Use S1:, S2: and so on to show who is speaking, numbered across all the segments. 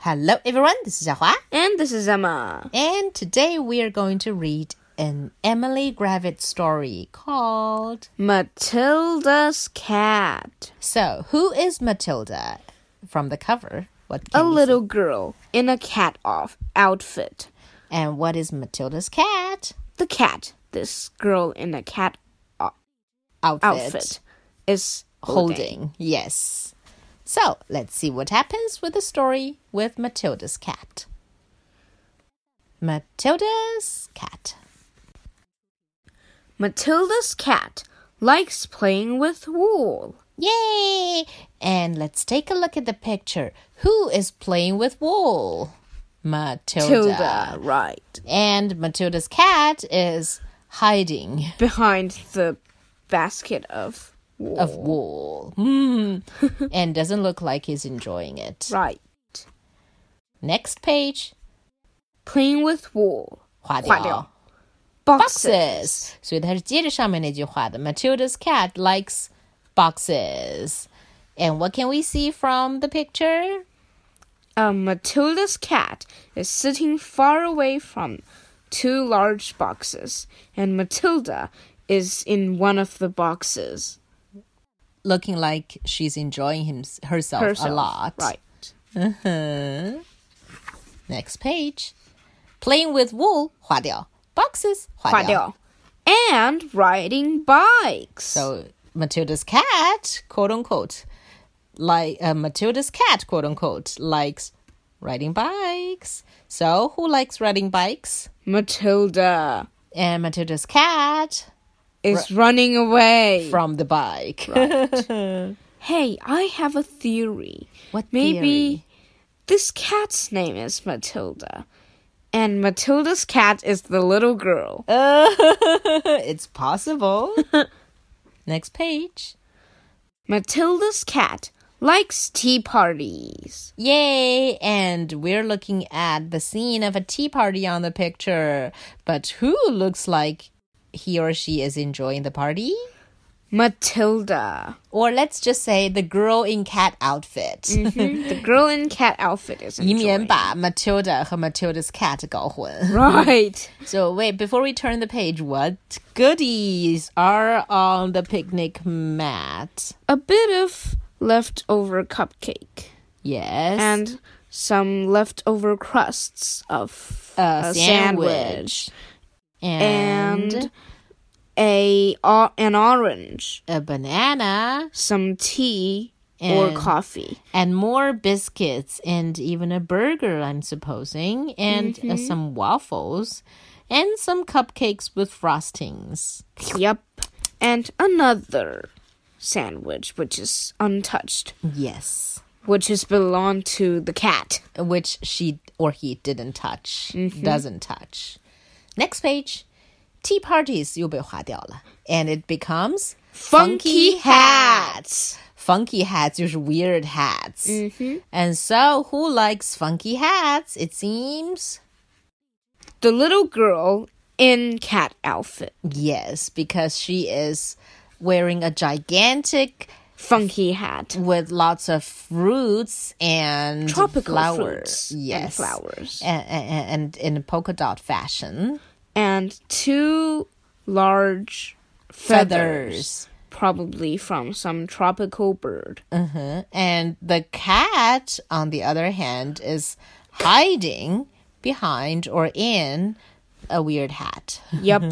S1: Hello everyone, this is Xiaohua.
S2: And this is Emma.
S1: And today we are going to read an Emily Gravett story called
S2: Matilda's cat.
S1: So, who is Matilda? From the cover, what
S2: A
S1: can we see?
S2: little girl in a cat off outfit.
S1: And what is Matilda's cat
S2: The cat, this girl in a cat o-
S1: outfit,
S2: outfit, is
S1: holding?
S2: holding.
S1: Yes. So, let's see what happens with the story with Matilda's cat. Matilda's cat.
S2: Matilda's cat likes playing with wool.
S1: Yay! And let's take a look at the picture. Who is playing with wool? Matilda.
S2: Tilda, right.
S1: And Matilda's cat is hiding
S2: Behind the basket of wool.
S1: of wool. Hmm. and doesn't look like he's enjoying it.
S2: Right.
S1: Next page.
S2: Playing with wool.
S1: 划掉。boxes. 所以它是接着上面那句话的。Matilda's cat likes boxes. And what can we see from the picture?
S2: Uh, Matilda's cat is sitting far away from two large boxes, and Matilda is in one of the boxes
S1: Looking like she's enjoying him, herself,
S2: herself.
S1: a lot.
S2: Right.
S1: Uh-huh. Next page. Playing with wool, 划掉. Boxes, 划掉.
S2: Huadiao. And riding bikes.
S1: So Matilda's cat, quote unquote, like uh, Matilda's cat, quote unquote, likes riding bikes. So who likes riding bikes?
S2: Matilda
S1: And Matilda's cat
S2: is running away.
S1: from the bike.
S2: hey, I have a theory.
S1: What
S2: Maybe this cat's name is Matilda, and Matilda's cat is the little girl.
S1: Uh, it's possible. Next page.
S2: Matilda's cat likes tea parties.
S1: Yay! And we're looking at the scene of a tea party on the picture. But who looks like he or she is enjoying the party?
S2: Matilda.
S1: Or let's just say the girl in cat outfit.
S2: the girl in cat outfit is Mm-hmm. enjoying.
S1: 以免把 Matilda 和 Matilda's cat 搞混。
S2: Right.
S1: So wait, before we turn the page, what goodies are on the picnic mat?
S2: A bit of leftover cupcake
S1: Yes.
S2: and some leftover crusts of
S1: a,
S2: a
S1: sandwich. And,
S2: and, a or, an orange,
S1: a banana
S2: some tea
S1: And-
S2: or coffee.
S1: and more biscuits and even a burger, I'm supposing, and uh, some waffles and some cupcakes with frostings.
S2: Yep. And another sandwich which is untouched.
S1: Yes.
S2: which is belong to the cat.
S1: which she or he didn't touch, doesn't touch. Next page, tea parties 又被划掉了, and it becomes Funky hats 就是 weird hats. And so, who likes funky hats? It seems
S2: The little girl in cat outfit.
S1: yes, because she is wearing a gigantic
S2: Funky hat.
S1: with lots of fruits and
S2: Tropical
S1: flowers.
S2: fruits and
S1: yes,
S2: flowers.
S1: and, and, and in polka dot fashion.
S2: And two large
S1: feathers.
S2: feathers. Probably from some tropical bird.
S1: Uh-huh. And the cat, on the other hand, is hiding behind or in a weird hat.
S2: Yep.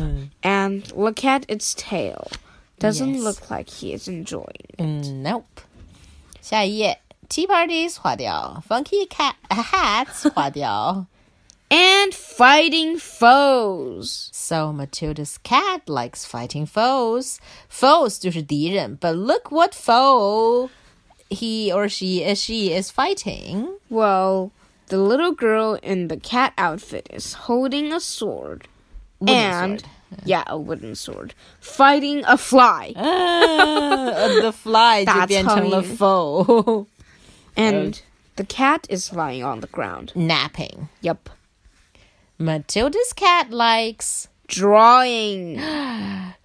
S2: and look at its tail. Doesn't
S1: Yes.
S2: look like he is enjoying.
S1: Mm, nope. 下一页, tea parties 划掉, funky cat hats 划掉.
S2: And fighting foes.
S1: so Matilda's cat likes fighting foes. Foes 就是敌人, but look what foe he or she is she is fighting.
S2: Well, the little girl in the cat outfit is holding a sword. and yeah, a wooden sword. Fighting a fly.
S1: 啊 Uh, the fly 就
S2: 打苍蝇。
S1: 变成了 foe
S2: And the cat is lying on the ground.
S1: napping.
S2: Yep.
S1: Matilda's cat likes
S2: Drawing.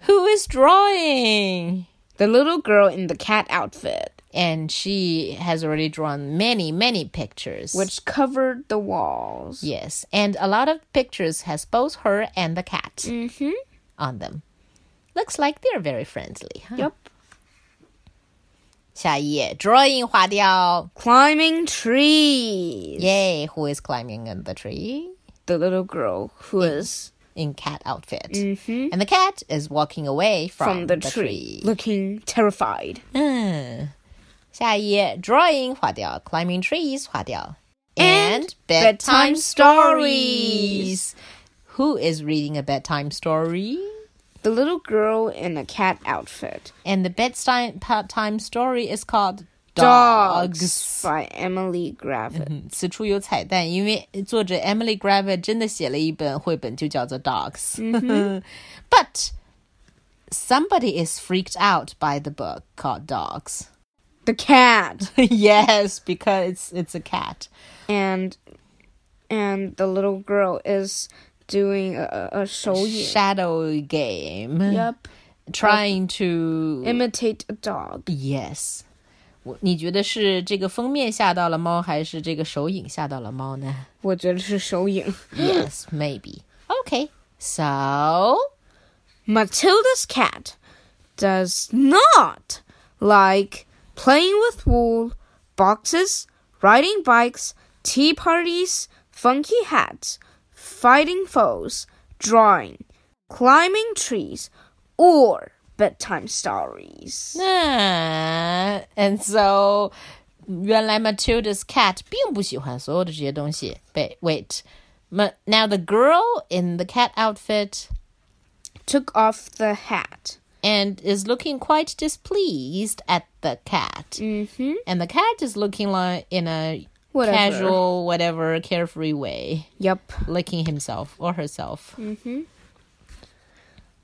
S1: who is drawing?
S2: The little girl in the cat outfit.
S1: and she has already drawn many, many pictures.
S2: which covered the walls.
S1: yes, and a lot of pictures has both her and the cat
S2: Mm-hmm.
S1: on them. Looks like they're very friendly. Huh?
S2: Yep.
S1: 下一页 drawing 划掉。
S2: Climbing trees.
S1: Yay! Who is climbing on the tree?
S2: The little girl who is
S1: in cat outfit. And the cat is walking away from, Hmm.
S2: Mm-hmm. from the, tree, looking terrified.
S1: 下一页 drawing 划掉 climbing trees 划掉
S2: And bedtime stories.
S1: Who is reading a bedtime story?
S2: The little girl in a cat outfit.
S1: And the bedtime pa- time story is called
S2: by Emily Gravett.
S1: 嗯此处有彩蛋，因为作者 Emily Gravett 真的写了一本绘本，就叫做 Dogs。But somebody is freaked out by the book called Dogs.
S2: The cat
S1: yes, because it's it's a cat.
S2: and and the little girl is doing a, a a 手眼.
S1: Shadow game.
S2: Yep.
S1: Trying to
S2: Imitate a dog.
S1: yes. 我你觉得是这个封面吓到了猫，还是这个手影吓到了猫呢
S2: 我觉得是手影。
S1: ？Yes, maybe. Okay, so
S2: Matilda's cat does not like playing with wool, boxes, riding bikes, tea parties, funky hats, fighting foes, drawing, climbing trees, or bedtime stories.
S1: 那 and so 原来 Matilda's cat 并不喜欢所有的这些东西。But wait, ma, now the girl in the cat outfit
S2: Took off the hat.
S1: and is looking quite displeased at the cat. Mm-hmm. And the cat is looking like in a
S2: Whatever.
S1: casual, whatever, carefree way,
S2: Yep.
S1: licking himself or herself.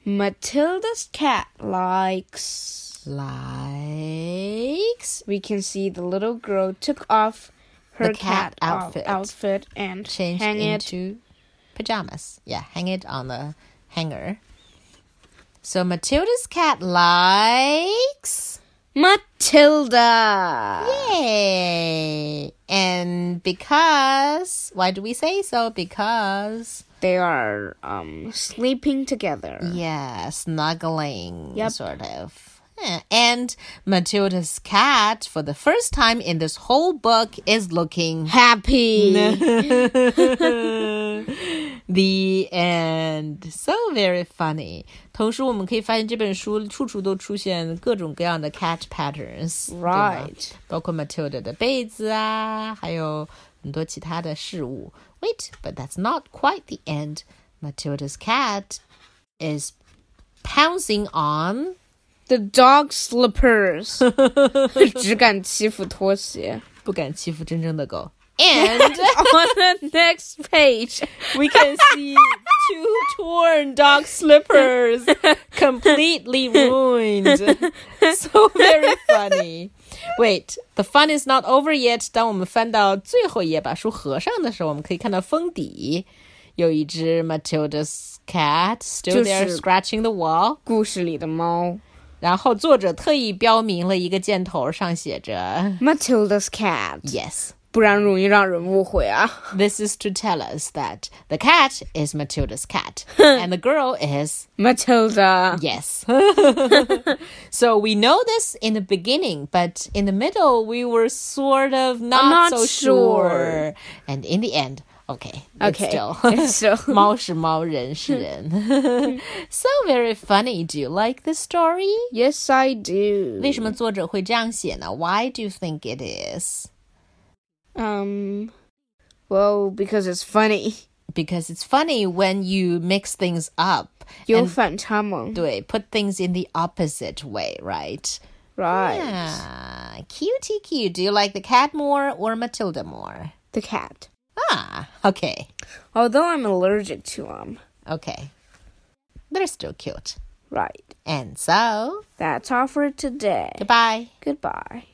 S2: Matilda's cat likes.
S1: Likes
S2: We can see the little girl took off her
S1: The cat
S2: out-
S1: outfit.
S2: outfit and
S1: changed
S2: hang it
S1: into pajamas. Yeah, hang it on the hanger. So Matilda's cat likes.
S2: Matilda.
S1: Yay! And because. Why do we say so? Because.
S2: They are um sleeping together.
S1: Yeah, snuggling,
S2: Yep.
S1: sort of. Yeah. And Matilda's cat, for the first time in this whole book, is looking
S2: Happy.
S1: the end. So very funny. 同时，我们可以发现这本书处处都出现各种各样的 cat patterns，
S2: Right.
S1: 包括 Matilda 的被子啊，还有很多其他的事物。Wait, but that's not quite the end. Matilda's cat is pouncing on
S2: The dog slippers. 只敢欺负拖鞋.
S1: 不敢欺负真正的狗 and
S2: On the next page.
S1: we can see two torn dog slippers completely ruined. So very funny. Wait, the fun is not over yet. 当我们翻到最后一页，把书合上的时候，我们可以看到封底有一只 Matilda's cat still there
S2: 就是-
S1: scratching the wall。
S2: 故事里的猫.
S1: 然后作者特意标明了一个箭头上写着
S2: Matilda's cat.
S1: Yes,
S2: 不然容易让人误会啊.
S1: this is to tell us that the cat is Matilda's cat and the girl is
S2: Matilda.
S1: Yes. so we know this in the beginning, but in the middle we were sort of not,
S2: not
S1: so sure.
S2: sure.
S1: And in the end, okay.
S2: Okay,
S1: It's
S2: it's
S1: still.
S2: still.
S1: 猫是猫，人是人。so very funny. Do you like this story?
S2: Yes, I do.
S1: 为什么作者会这样写呢？Why do you think it is?
S2: Um. Well, because it's funny.
S1: Because it's funny when you mix things up. and
S2: 有反差萌.
S1: 对, put things in the opposite way, right?
S2: Right.
S1: Ah, cutie cute. Do you like the cat more or Matilda more?
S2: The cat.
S1: Ah, okay.
S2: Although I'm allergic to them.
S1: Okay. They're still cute.
S2: Right.
S1: And so,
S2: That's all for today.
S1: goodbye.
S2: Goodbye.